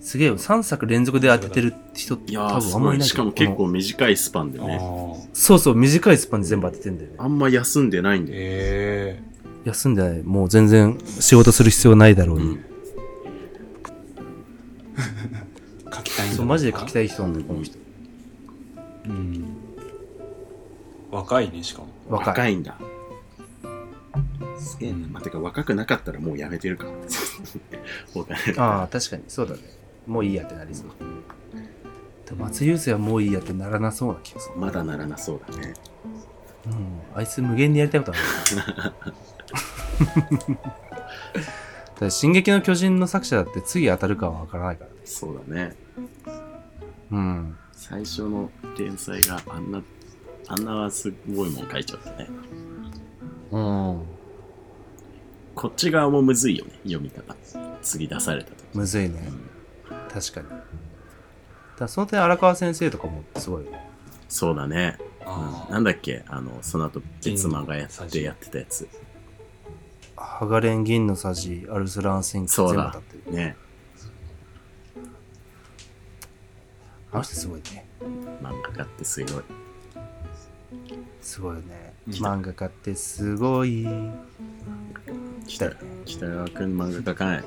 B: すげえよ。3作連続で当ててる人って
C: い
B: い
C: や
B: 多
C: ー、す
B: 分あんま
C: ご
B: りい
C: い。
B: ない
C: し
B: け
C: か
B: ど
C: も結
B: こ
C: 構
B: の
C: 短いスパンで
D: あ
C: ね。
D: あ。
B: そうそう、短いスパンで全部当ててんだよね。
C: あんま休んでないんだよ。
D: え
B: 休んでない。もう全然仕事する必要ないだろう
C: う
B: に。
C: ん。
D: えー。書きたいんだ
B: そう、マジで書きたい人なんだよ、この人。
D: うん。若いね、しかも。
B: 若い。
C: 若いんだ。すげえ
D: う
C: な。
D: ん
C: まあ、てか若くなかったらもうやめてるか。 そうだね。
B: ああ、確かに、そうだね。もういいやってなりそう。でも松井優星はもういいやってならなそうな気がする。
C: まだならなそうだね。
B: うん、あいつ無限にやりたいことある。 だから進撃の巨人の作者だって次当たるかはわからないからね。
C: そうだね。
B: うん。
C: 最初の連載があんな、あんなすごいもん書いちゃったね。
B: うん。
C: こっち側もむずいよね、読み方。次出された時。
B: むずいね。確かに。だからその点荒川先生とかもすごいよね。
C: そうだね。うんなんだっけあの、その後別漫画や
D: 銀の
C: っ
D: 匙
C: てやってたやつ。
B: ハガレン銀のさじ、アルスラン戦記全
C: そう
B: 部
C: だ
B: 当たってる。
C: ね。
B: あの人すごいね。
C: 漫画家ってすごい。
B: すごいよね。
D: うん
B: 漫画家ってすごい。
C: 北北川くん漫画描かない。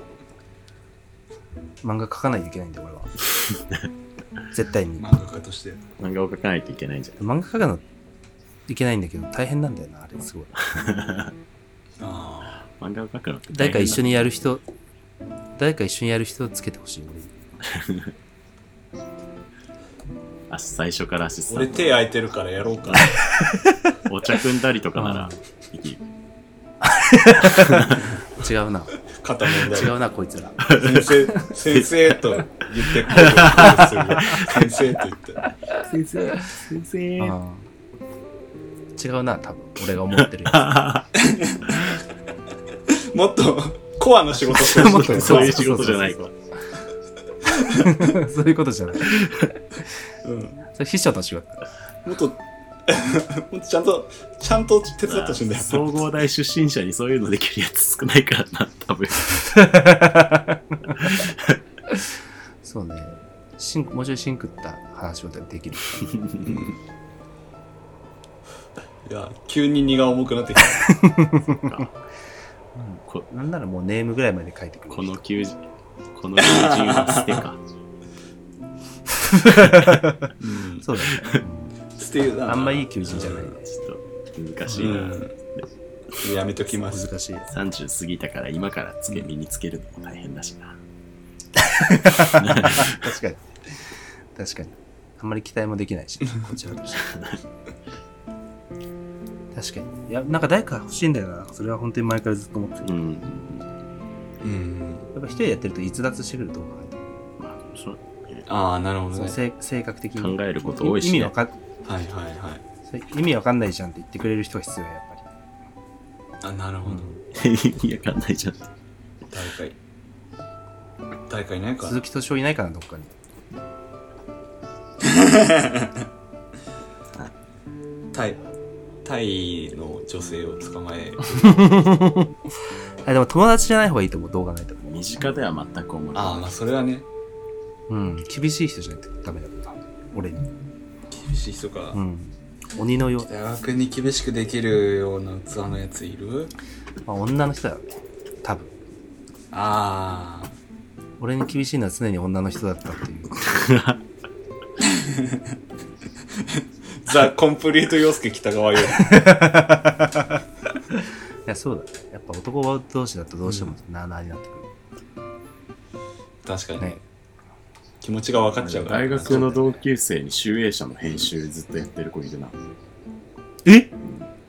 B: 漫画描かないといけないんだよ、俺は。絶対に。
D: 漫画家として。
C: 漫画を描かないといけないんじゃない
B: 漫画描かのいけないんだけど、大変なんだよな、あれ、すごい。
D: あ
C: 漫画を描くのって
B: 誰か一緒
C: に。
B: にやる人、誰か一緒にやる人をつけてほしい、俺に。
C: あ最初からアシス
D: あ。
C: タ
D: 俺
C: ント。
D: 手空いてるからやろう かな。
C: お茶組んだりとかなら、できる。
B: 違うな。
D: 肩問題。
B: 違うな、こいつら。
D: 先生、先生と言ってくれる 先生と言って。
C: 先生、先生
B: うん違うな、多分俺が思ってるや
D: もっと、コアの仕事して
B: も
D: ほ
B: っ
D: しい
B: と
C: そういう仕事じゃない
B: そ
C: か。
B: つ。そういうことじゃない。
D: うん
B: それ秘書の仕事。
D: もっと、も っとちゃんと、ちゃんと手伝ってほしいんだよ。
C: 総合大出身者にそういうのできるやつ少ないからな、多分。
B: そうね。シンもうちょいシンクった話もでき る。
D: いや、急に荷が重く なってきた。
C: こ
B: なんならもうネームぐらいまで書いてくる。
C: この求人、この求人は捨てか。
D: うん
B: そうだ ね。
D: 捨て
B: うん
D: だ
B: あんまいい求人じゃないね。
C: ちょっと難
D: う
C: しいな。
D: ん。やめときます。
B: 難しい。
C: 30過ぎたから今からつけ身につけるのも大変だしな。
B: 確かに。確かに。あんまり期待もできないし、こちらとして。確かに。いや、なんか誰か欲しいんだよな。それは本当に前からずっと思ってる。
C: う
B: や
C: ん。
D: うん。
B: っぱ一人でやってると逸脱してくると思うから。
C: まあ、そう
D: ああ、なるほど
B: そ
D: ね
B: う。性性格的に。
C: 考えること多いしね
B: 意味わかん
D: はいはいはい。
B: そう意味わかんないじゃんって言ってくれる人が必要や、やっぱり。
D: あ、なるほど。
C: 意味わかん ないじゃん。
D: 誰かい。誰かいないか
B: 鈴木敏夫いないかな、どっかに。
D: タイ、タイの女性を捕ま え。
B: あ、でも友達じゃない方がいいと思う、動画ないと。
C: 身近では全く思
D: ああ、
C: わ
D: まあそれはね、
B: うん。厳しい人じゃないとダメだった。俺に。
D: 厳しい人か
B: う。ん。鬼のよう。
D: 大学に厳しくできるような器のやついる
B: まあ、女の人だよね。多分。
D: あ あ。
B: 俺に厳しいのは常に女の人だったっていう。
D: ザ・コンプリート洋介北 川よ。
B: いや、そうだね。やっぱ男同士だとどうしてもなあなあになってくる。
D: 確かに、
B: ね
D: ね、気持ちが分かっ
C: ない
D: ちゃ
C: よ。
D: うから。
C: 大学の同級生に集英社の編集ずっとやってる子いるな。
B: え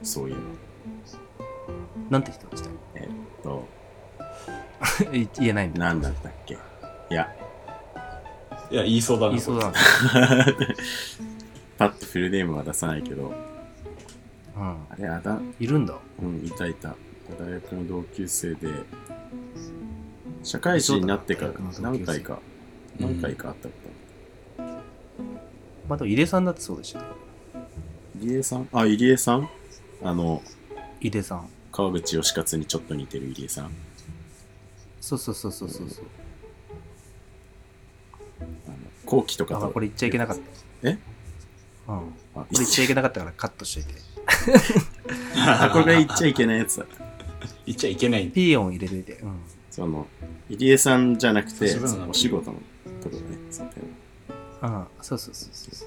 C: そういうの。
B: なんて人でした
C: えっと、
B: い 言えないんだ。
C: なんだったっけいや、
D: いや、言いそうだな。
B: 言いそうだな。
C: パッとフルネームは出さないけど、
B: うん。
C: あれ、あだ、
B: いるんだ。
C: うん、いたいた。大学の同級生で、社会人になってから
B: そうだ大学の同
C: 何
B: 級生
C: 回か、
D: うん
C: 何回かあったことあ
B: まあ、でも、入江さんだってそうでしたね。
C: る。入江さんあ、入江さんあの、
B: 入江さん。
C: 川口義勝にちょっと似てる入江さん。
B: そうそうそうそうそう。そう
C: あの後期と
B: だ
C: か
B: か
C: と。
B: らこれ言っちゃいけなかった。
C: え
B: うん。こ
C: あ
B: れ言っちゃいけなかったからカットしといて。
C: あこれが言っちゃいけないやつだ。
D: 言っちゃいけないんだ。
B: ピー音入れといて。うん。
C: その、入江さんじゃなくて、
D: そう
C: そのお仕事のところね。そうだよ
B: うん。そうそうそうそうそう。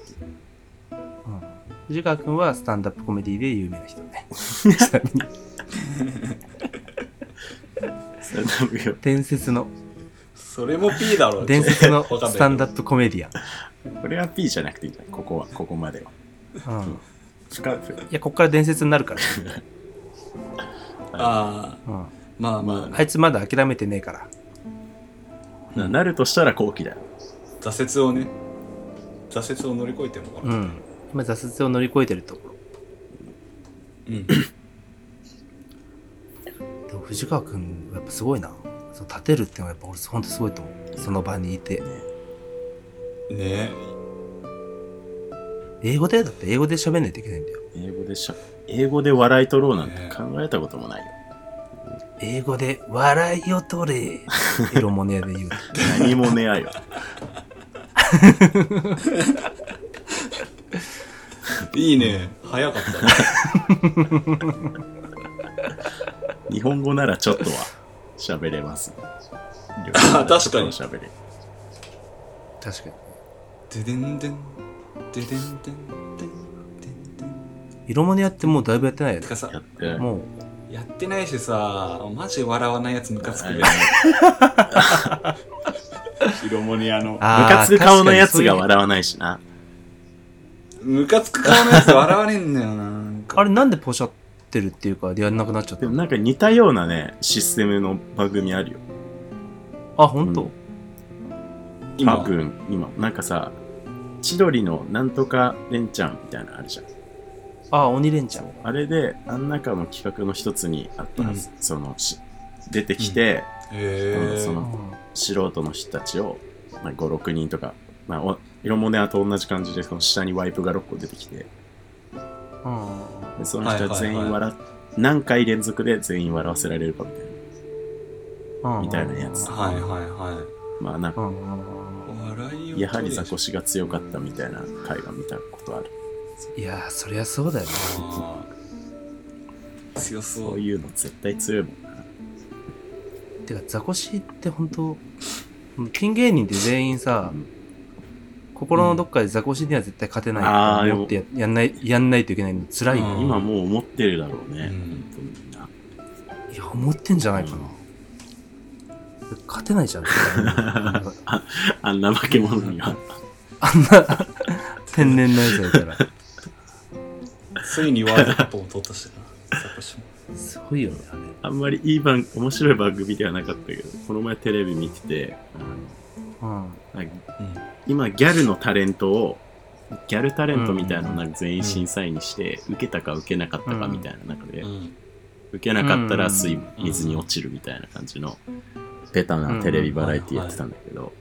B: うん。藤川くんはスタンダップコメディで有名な人ね。
C: それ多分よ
B: 伝説の、
D: それも P だろう。
B: 伝説の
D: わかんないけど
B: スタンダップコメディ
C: これは P じゃなくていいんじゃないここは、ここまでは。
B: アン。うん。
C: 深く
B: いや、こっから伝説になる から。
D: ああ、
B: うん。
D: まあま
B: あいつまだ諦めてねえから。
C: ななるとしたら後期だよ。
D: あ、挫折をね、挫折を乗り越えてるのか
B: う
D: な。
B: ん。今、挫折を乗り越えてるところ。
D: うん。
B: でも藤川くん、やっぱすごいな。その立てるってのはやっぱ俺、ほんとすごいと思う。その場にいて。
D: ねえ。
B: 英語でだって英語で喋んないといけないんだよ。
C: 英語でしゃ、英語で笑い取ろうなん
D: ね
C: て考えたこともないよ。
B: 英語で笑いを取 れ。エロモネアで言うと。
C: 何もねあよ。
D: いいね。早かったね。
C: 日本語ならちょっとは喋れます。
D: あ確かに
C: ちょっと喋れる。
B: 確かに。
D: ででんでん、ででんでんでんでんでん。
B: エロモネアってもうだいぶやってないよ
D: て
B: ね
D: か。さ
C: や、ってない。
B: もう、
D: やってないしさ、マジ笑わないやつムカつくね。白モニアの。
C: あ
B: あ
C: ム
B: ー
C: カつく顔のやつ
B: 確かに
C: が
B: そういう
C: 笑わないしな。
D: ムカつく顔のやつ笑わねえんだよな。なんか
B: あれなんでポシャってるっていうか、やんなくなっちゃった
C: でも
B: の
C: なんか似たようなね、システムの番組あるよ。
B: あ、ほんと、
C: うん多
D: 今、
C: 分、今。なんかさ、千鳥のなんとかレンちゃんみたいなのあるじゃん。
B: あ、鬼レンチャ
C: そう
B: ン。
C: あれで、あん中の企画の一つにあったはず、その、し出てきて、
D: へえ。
C: その素人の人たちを、まあ、5、6人とか、まあ、お色もねあと同じ感じで、その下にワイプが6個出てきて、
B: うん。
C: でその人は全員
D: はい
C: 笑っ、何回連続で全員笑わせられるかみたいな。
B: うん。
C: みたいなやつ
D: はいはいはい。
C: まあなん
B: う
C: か、
B: んうんうん。
D: 笑いを。
C: やはりザコシが強かったみたいな会話見たことある。
B: いやー、そりゃそうだよね。
D: あー強そ
C: こ
D: う
C: う。いうの絶対強いもんな。
B: てか、ザコシってほんと、ピン芸人って全員さ、
C: うん
B: 心のどっかでザコシには絶対勝て
C: あ
B: ない
C: ー
B: と思ってややんない、やんないといけないの辛いよ
D: う
B: ね。
D: ん
C: 今もう思ってるだろうね。本当
D: うん
C: にみんない
B: や、思ってんじゃないかな。勝てないじゃん。
C: ああんな化け物には。
B: あんな天然のやつがいたら。
D: ついにワールドカップを取ったしな。ザコシも
B: すごいよね、あれ。
C: あんまりいい番、面白い番組ではなかったけど、この前テレビ見てて、
B: うん。
C: あのなんか
D: うん。
C: 今ギャルのタレントをギャルタレントみたいなのをなんか全員審査員にして、受けたか受けなかったかみたいな中で、
D: うん
C: 受けなかったら水
B: うん
C: 水に落ちるみたいな感じのベタなテレビバラエティやってたんだけど、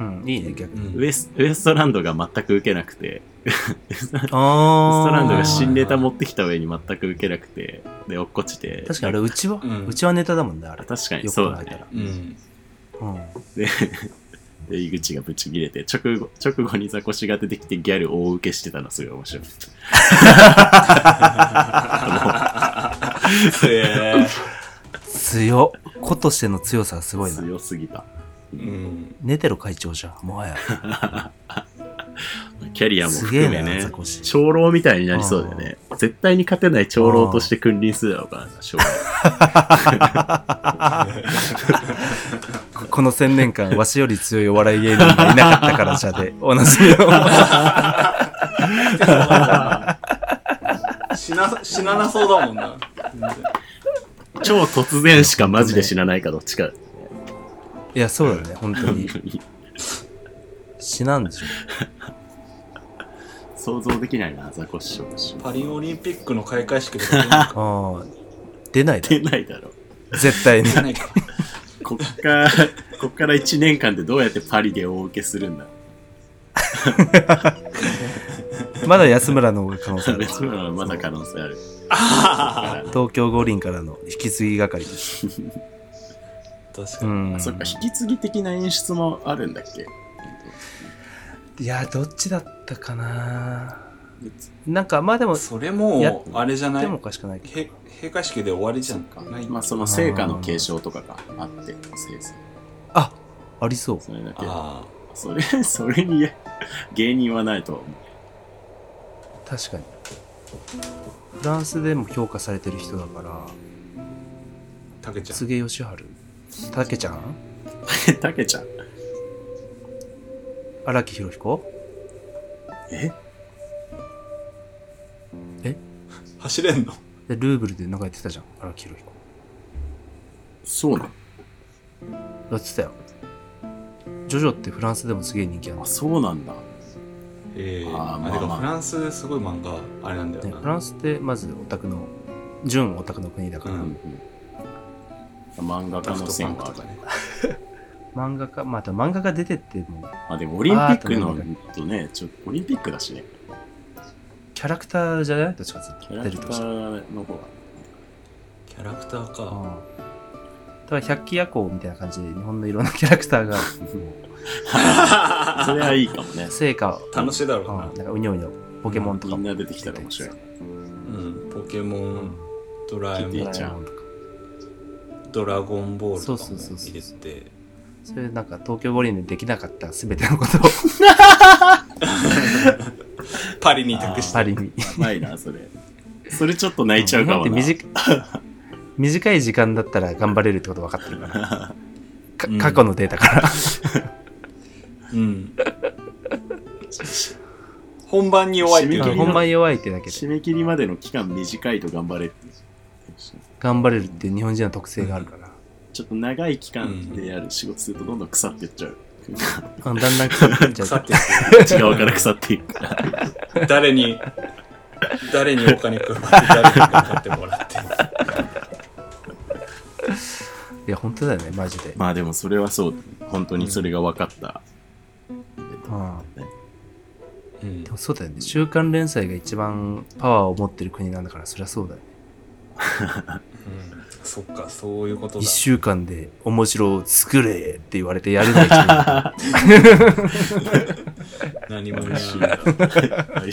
B: うん、いいね、逆
D: う
B: に。
C: ウ
D: ん
C: エスウエストランドが全く受けなくて
B: ああ
C: ウエストランドが
D: 死
C: 新
D: んで
C: ネタ持ってきた上に全く受けなくてで落っこちて
B: 確かにあれ、うちは、
D: うん
B: うちはネタだもんね、あれ。
C: 確かに
B: よく
C: そう
B: 考
C: だ
B: えたら
C: ね。
D: うん。
B: うん。
C: でで井口がぶち切れて直後直後にザコシが出てきてギャル大受けしてたのすごい面白い
D: せー。
B: 強っ。子としての強さがすごいな。
C: 強すぎた
D: うん。
B: ネテロ会長じゃん、もはや。
C: キャリアも含め
B: すげえな
C: ね
B: ザコシ、
C: 長老みたいになりそうだよね。絶対に勝てない長老として君臨するだろうからな、将来。
B: ここの1000年間、わしより強いお笑い芸人がいなかったからじゃで、おなじみの。
D: 死な、死ななそうだもんな。
C: 超突然しかマジで死なないかどっちか。
B: いや、そうだね、本当
C: 本
B: に。
C: 当に
B: 死なんでしょ。
C: 想像できないな、ザコシショウの死。
D: パリオリンピックの開会式で出な
B: ああ。出ないだろ
C: 出ないだろ。
B: 絶対に。
D: いか。
C: こっ から、こっから1年間でどうやってパリで大受けするんだ
B: まだ安村の方が可能性ある。
C: 別のはまだ可能性ある。
B: 東京五輪からの引き継ぎ係です。
D: 確か
B: う
D: に。
B: ん。
C: そっか、引き継ぎ的な演出もあるんだっけ
B: いや、どっちだったかななんか、まあでも、
D: それ
B: や
D: も、あれじゃな
B: で
D: い
B: もおかしくないけど。
D: へ閉会式で終わりじゃんか。ない
C: まあ、その成果の継承とかがあって、せいぜ
B: あ、ありそう
C: い。。それだけ。
D: あ
C: それ、 それに、芸人はないと は思
B: 確かに。フランスでも評価されてる人だから、
D: あ、たけちゃん。
B: 菅義治。たけちゃん
C: う。たけちゃん。
B: 荒木博彦
C: え
D: 走れんの
B: でルーブルでなんかやってたじゃん、荒木博彦。
C: そうなの
B: やってたよ。ジョジョってフランスでもすげえ人気あるん
C: あ、
B: です
C: そうなんだ。
D: ええ
C: あー
D: あ、て
C: まあま
D: か
C: あ
D: フランスですごい漫画、あれなんだ
B: ね。
D: よ
B: フ
D: な。
B: ランスってまずオタクの、純オタクの国だか
D: う
B: ら、
C: うん
D: ん。
C: 漫画
D: ダ
C: 家の
D: フトパ
C: 線
D: ンク
C: はあ
D: と
C: る
D: か。ね。
B: 漫画家、また漫画家出てっても、
C: あ、でもオリンピック
B: ア
C: の
B: ー
C: とね、ちょオリンピックだしね。
B: キャラクターじゃないどっちかず
C: キャラ
B: 出
C: ク
B: る
C: タ
B: としたら。
C: ーの方が。
D: キャラクターか。
B: ああただ、百鬼夜行みたいな感じで、日本のいろんなキャラクター が、も
C: それはいいかもね
B: う。成果を、
D: 楽しいだろう
B: あ
D: な
B: あ。なんかうにょうにょ、ポケモンとか
C: みん
B: も、
C: な出てきたら面白い。
D: うん。ポケモン、ドラえも
C: キティ
D: ん
C: ちゃ、ん
B: ドラえもんとか
D: ドラゴンボールとか
B: そうそうそう
D: も
B: そう
D: 入れて。
B: そういうなんか東京五輪でできなかった全てのこと を
D: パリに託して。
B: パリに。
C: やばいな、それ。それちょっと泣いちゃうかも
B: 日本
C: な。
B: って短い 短い時間だったら頑張れるってこと分かってるから。か
D: うん
B: 過去のデータから。
D: うん。本番に弱いっていう
C: 締め切
D: か
C: り
B: ほんまに弱いってだけで
C: 締め切りまでの期間短いと頑張れって。
B: 頑張れるっていう日本人の特性があるから。
C: ちょっと長い期間でやる仕事するとどんどん腐っていっちゃう。
B: あだんだん腐ってっちゃう
D: 腐って
C: 内側から腐っていくから。
D: る 誰に、誰にお金配って、誰に買ってもらって。
B: いや、本当だよね、マジで。
C: まあでもそれはそう。本当にそれが分かった。
B: うん
D: うん
B: でもそうだよね。週刊連載が一番パワーを持ってる国なんだから、そりゃそうだよね。
D: うんそっか、そういうこと
B: 一
D: だ。
B: 週間で面白を作れって言われてやるのが
D: 何も
C: 毎
D: ない。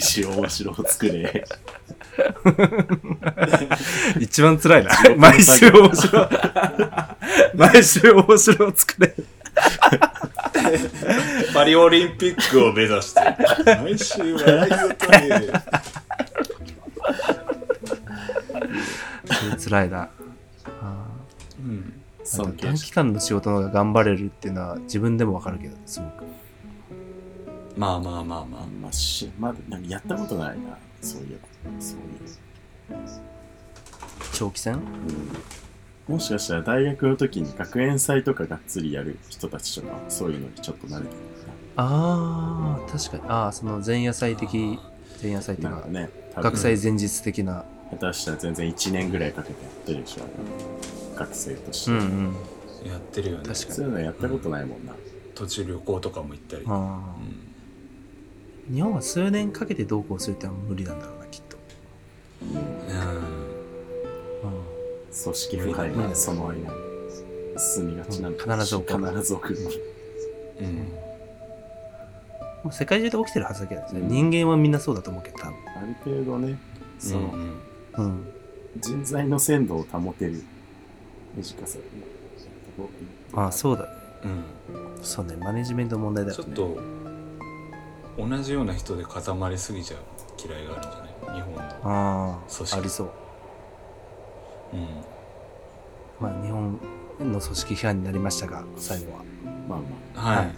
C: 週、毎週面白を作れ。
B: 一番一番辛いな。毎週面白い。 毎週面白を作れ。
D: パリオリンピックを目指して。毎週笑いを取り
B: 辛いな。あ
D: うん。
B: ー
C: 尊
B: 短
C: 敬し
B: 期間の仕事の方が頑張れるっていうのは自分でもわかるけど、すごく。
D: まあまあまあまあ
C: あ。んまし、まだ、やったことないな。そういえば。そういう。
B: 長期戦
C: もしかしたら大学の時に学園祭とかがっつりやる人たちとか、そういうのにちょっと慣れてる
B: ああ、確かに。ああ、その前夜祭的、前夜祭っていう
C: なん
B: か
C: か、ね、多分
B: 学祭前日的な。
C: 下手したら全然1年ぐらいかけてやってるでしょ。学生として。
B: うんうん。
D: やってるよね。
B: 確か
C: そういうのやったことないもんな。
D: 途中旅行とかも行ったり。
B: に。あ
D: う
B: ー
D: ん
B: 日本は数年かけてどうこうするってのは無理なんだろうな、きっと。
D: うん
B: うん
C: 組織腐敗がその間に進みがちなんだ
B: うん必ず起こる
C: 必ず起こる。
D: うん。
B: もう世界中で起きてるはずだけどね。人間はみんなそうだと思うけど、多分。
C: ある程度ね、その
D: うん
B: うん。
C: 人材の鮮度を保てる短さがね
B: まあ、そうだね。
D: うん。
B: そうね。マネジメントの問題だ
D: ちょ
B: よ
D: っ
B: ね。
D: と同じような人で固まりすぎちゃう嫌いがあるんじゃない日本の、
B: あ
D: 組
B: あ、
D: 織
B: ありそう。
D: うん、
B: まあ、日本の組織批判になりましたが、最後は。
C: まあま
D: はい、
C: あ、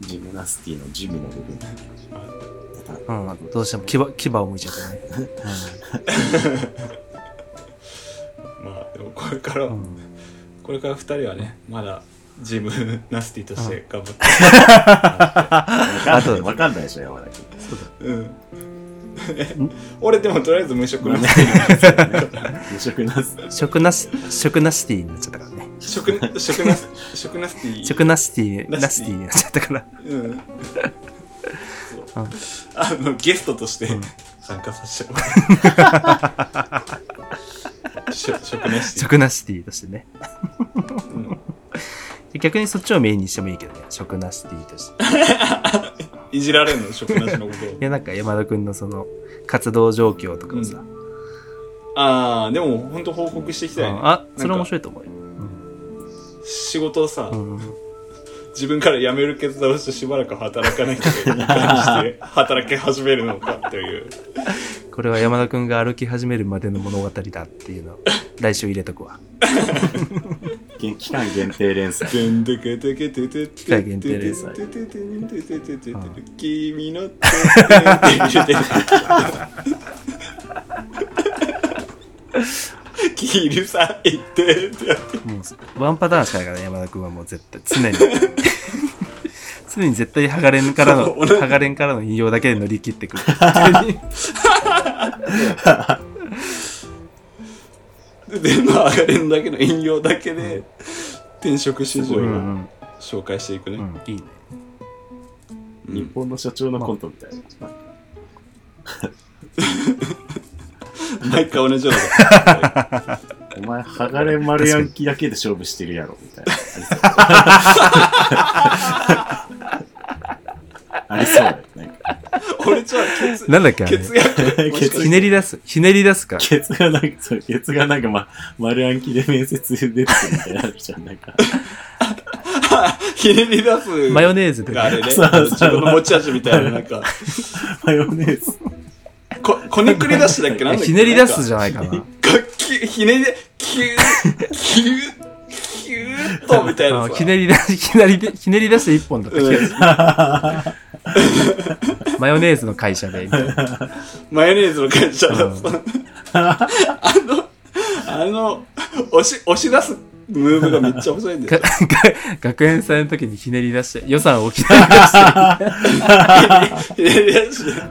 C: ジムナスティのジムの部分。
B: うん、どうしても牙牙を向いちゃったね。
D: まあでもこれから、
B: うんうん
D: これから2人はねまだジムナスティとして頑張って。
C: わか
B: そう
C: んない
B: だ
C: わかんないでしょ、山田君。
D: うん。 俺でもとりあえず無職なし。
C: 無職なす。
B: 食なし、食なシティになっちゃったからね。
D: 食、食ナス、食ナスティ。
B: 食なシティ、
D: ナ
B: ナ
D: シ
B: シ
D: ティ
B: ティになっちゃったから。
D: うん。そうあの、ゲストとして参加させてもら う。しょ食ナスティ。
B: 食なシティとしてね。
D: うん
B: 逆にそっちをメインにしてもいいけどね。食なシティとして。
D: いじられんの食なしのこ
B: いや、なんか山田くんのその、活動状況とかをさ。
D: と。ああ、でも本当報告していきたいね。
B: あ、それ
D: なん
B: 面
D: か
B: 白いと思うよ。
D: 仕事をさ
B: う、ん。うん
D: 自分から辞める決断をしてしばらく働かないといけないして働き始めるのかっていう。
B: これは山田くんが歩き始めるまでの物語だっていう のを、来週入れとくわ。
C: 期間限定連載。
D: てんてけてけててて
B: 回限定連
D: て
B: 載
D: てててんててててて
B: ああ
D: 君のてててててて切り裂いてってやって
B: もう、ワンパターンしかないから、山田くんはもう絶対、常 に。常に絶対、ハガレンからの、
D: そう同じ
B: ハガレンからの引用だけで乗り切ってくる。
D: でまあ上がれんだけの引用だけで転職市場
B: うんう
D: を
B: ん
D: 紹介していく
B: う
D: ね
B: ん、いいね。
C: 日本の社長のコントみたいな。
D: 毎回同じようなこと
C: お前、ハガレン丸ヤンキーだけで勝負してるやろ、みたいな。ありそう。ありそうだよ。なんか、
D: 俺ちょっとケツ
B: なんだっけあれ
D: 血 液
C: ケツ
B: ひねり出す、ひねり出すか。
C: ケツがなんか、そう、ケツがなんか、ま、丸暗記で面接出てるみたいになるじゃん、なん か。
D: ひねり出す
B: マヨネーズで
D: があ
B: ね、
D: れね
C: そうそう
D: 自分の持ち味みたいななんか
C: マヨネーズ。
D: ここねくり出しだっけなんだっけ
B: ひねり出すじゃないか な。
D: かき、ひねり、きゅー、きゅー、きゅーっとみたいな
B: あ
D: さ。
B: ひねり出し、ひねりで、ひねり出して一本だった気がするマヨネーズの会社で、み たいな
D: マヨネーズの会社
B: う
D: の
B: ん
D: さ、あの、押し、押し出すムーブがめっちゃ面白いんだ
B: が
D: よ。
B: が学園祭の時にひねり出して、予算を置きながらして、
D: ひねり出して。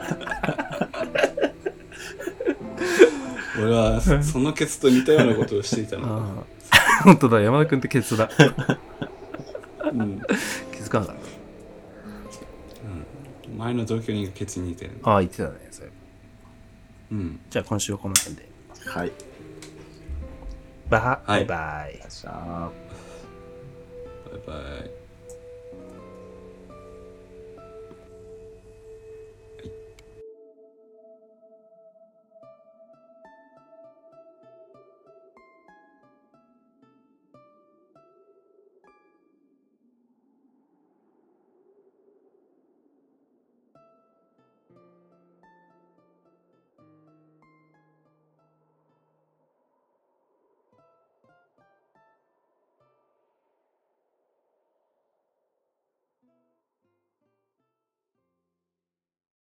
D: 俺は、そのケツと似たようなことをしていた
B: あ
D: な。
B: あ本当だ、山田君ってケツだ。
D: うん。
B: 気づかなかった。
D: 前の同居人がケツに似てる。
B: ああ、言ってたね、それ。
D: うん。
B: じゃあ今週はこの辺で。
C: はい。
B: バ
D: は
B: イ
D: い
B: バイ。
C: じゃあ。
D: バイバイ。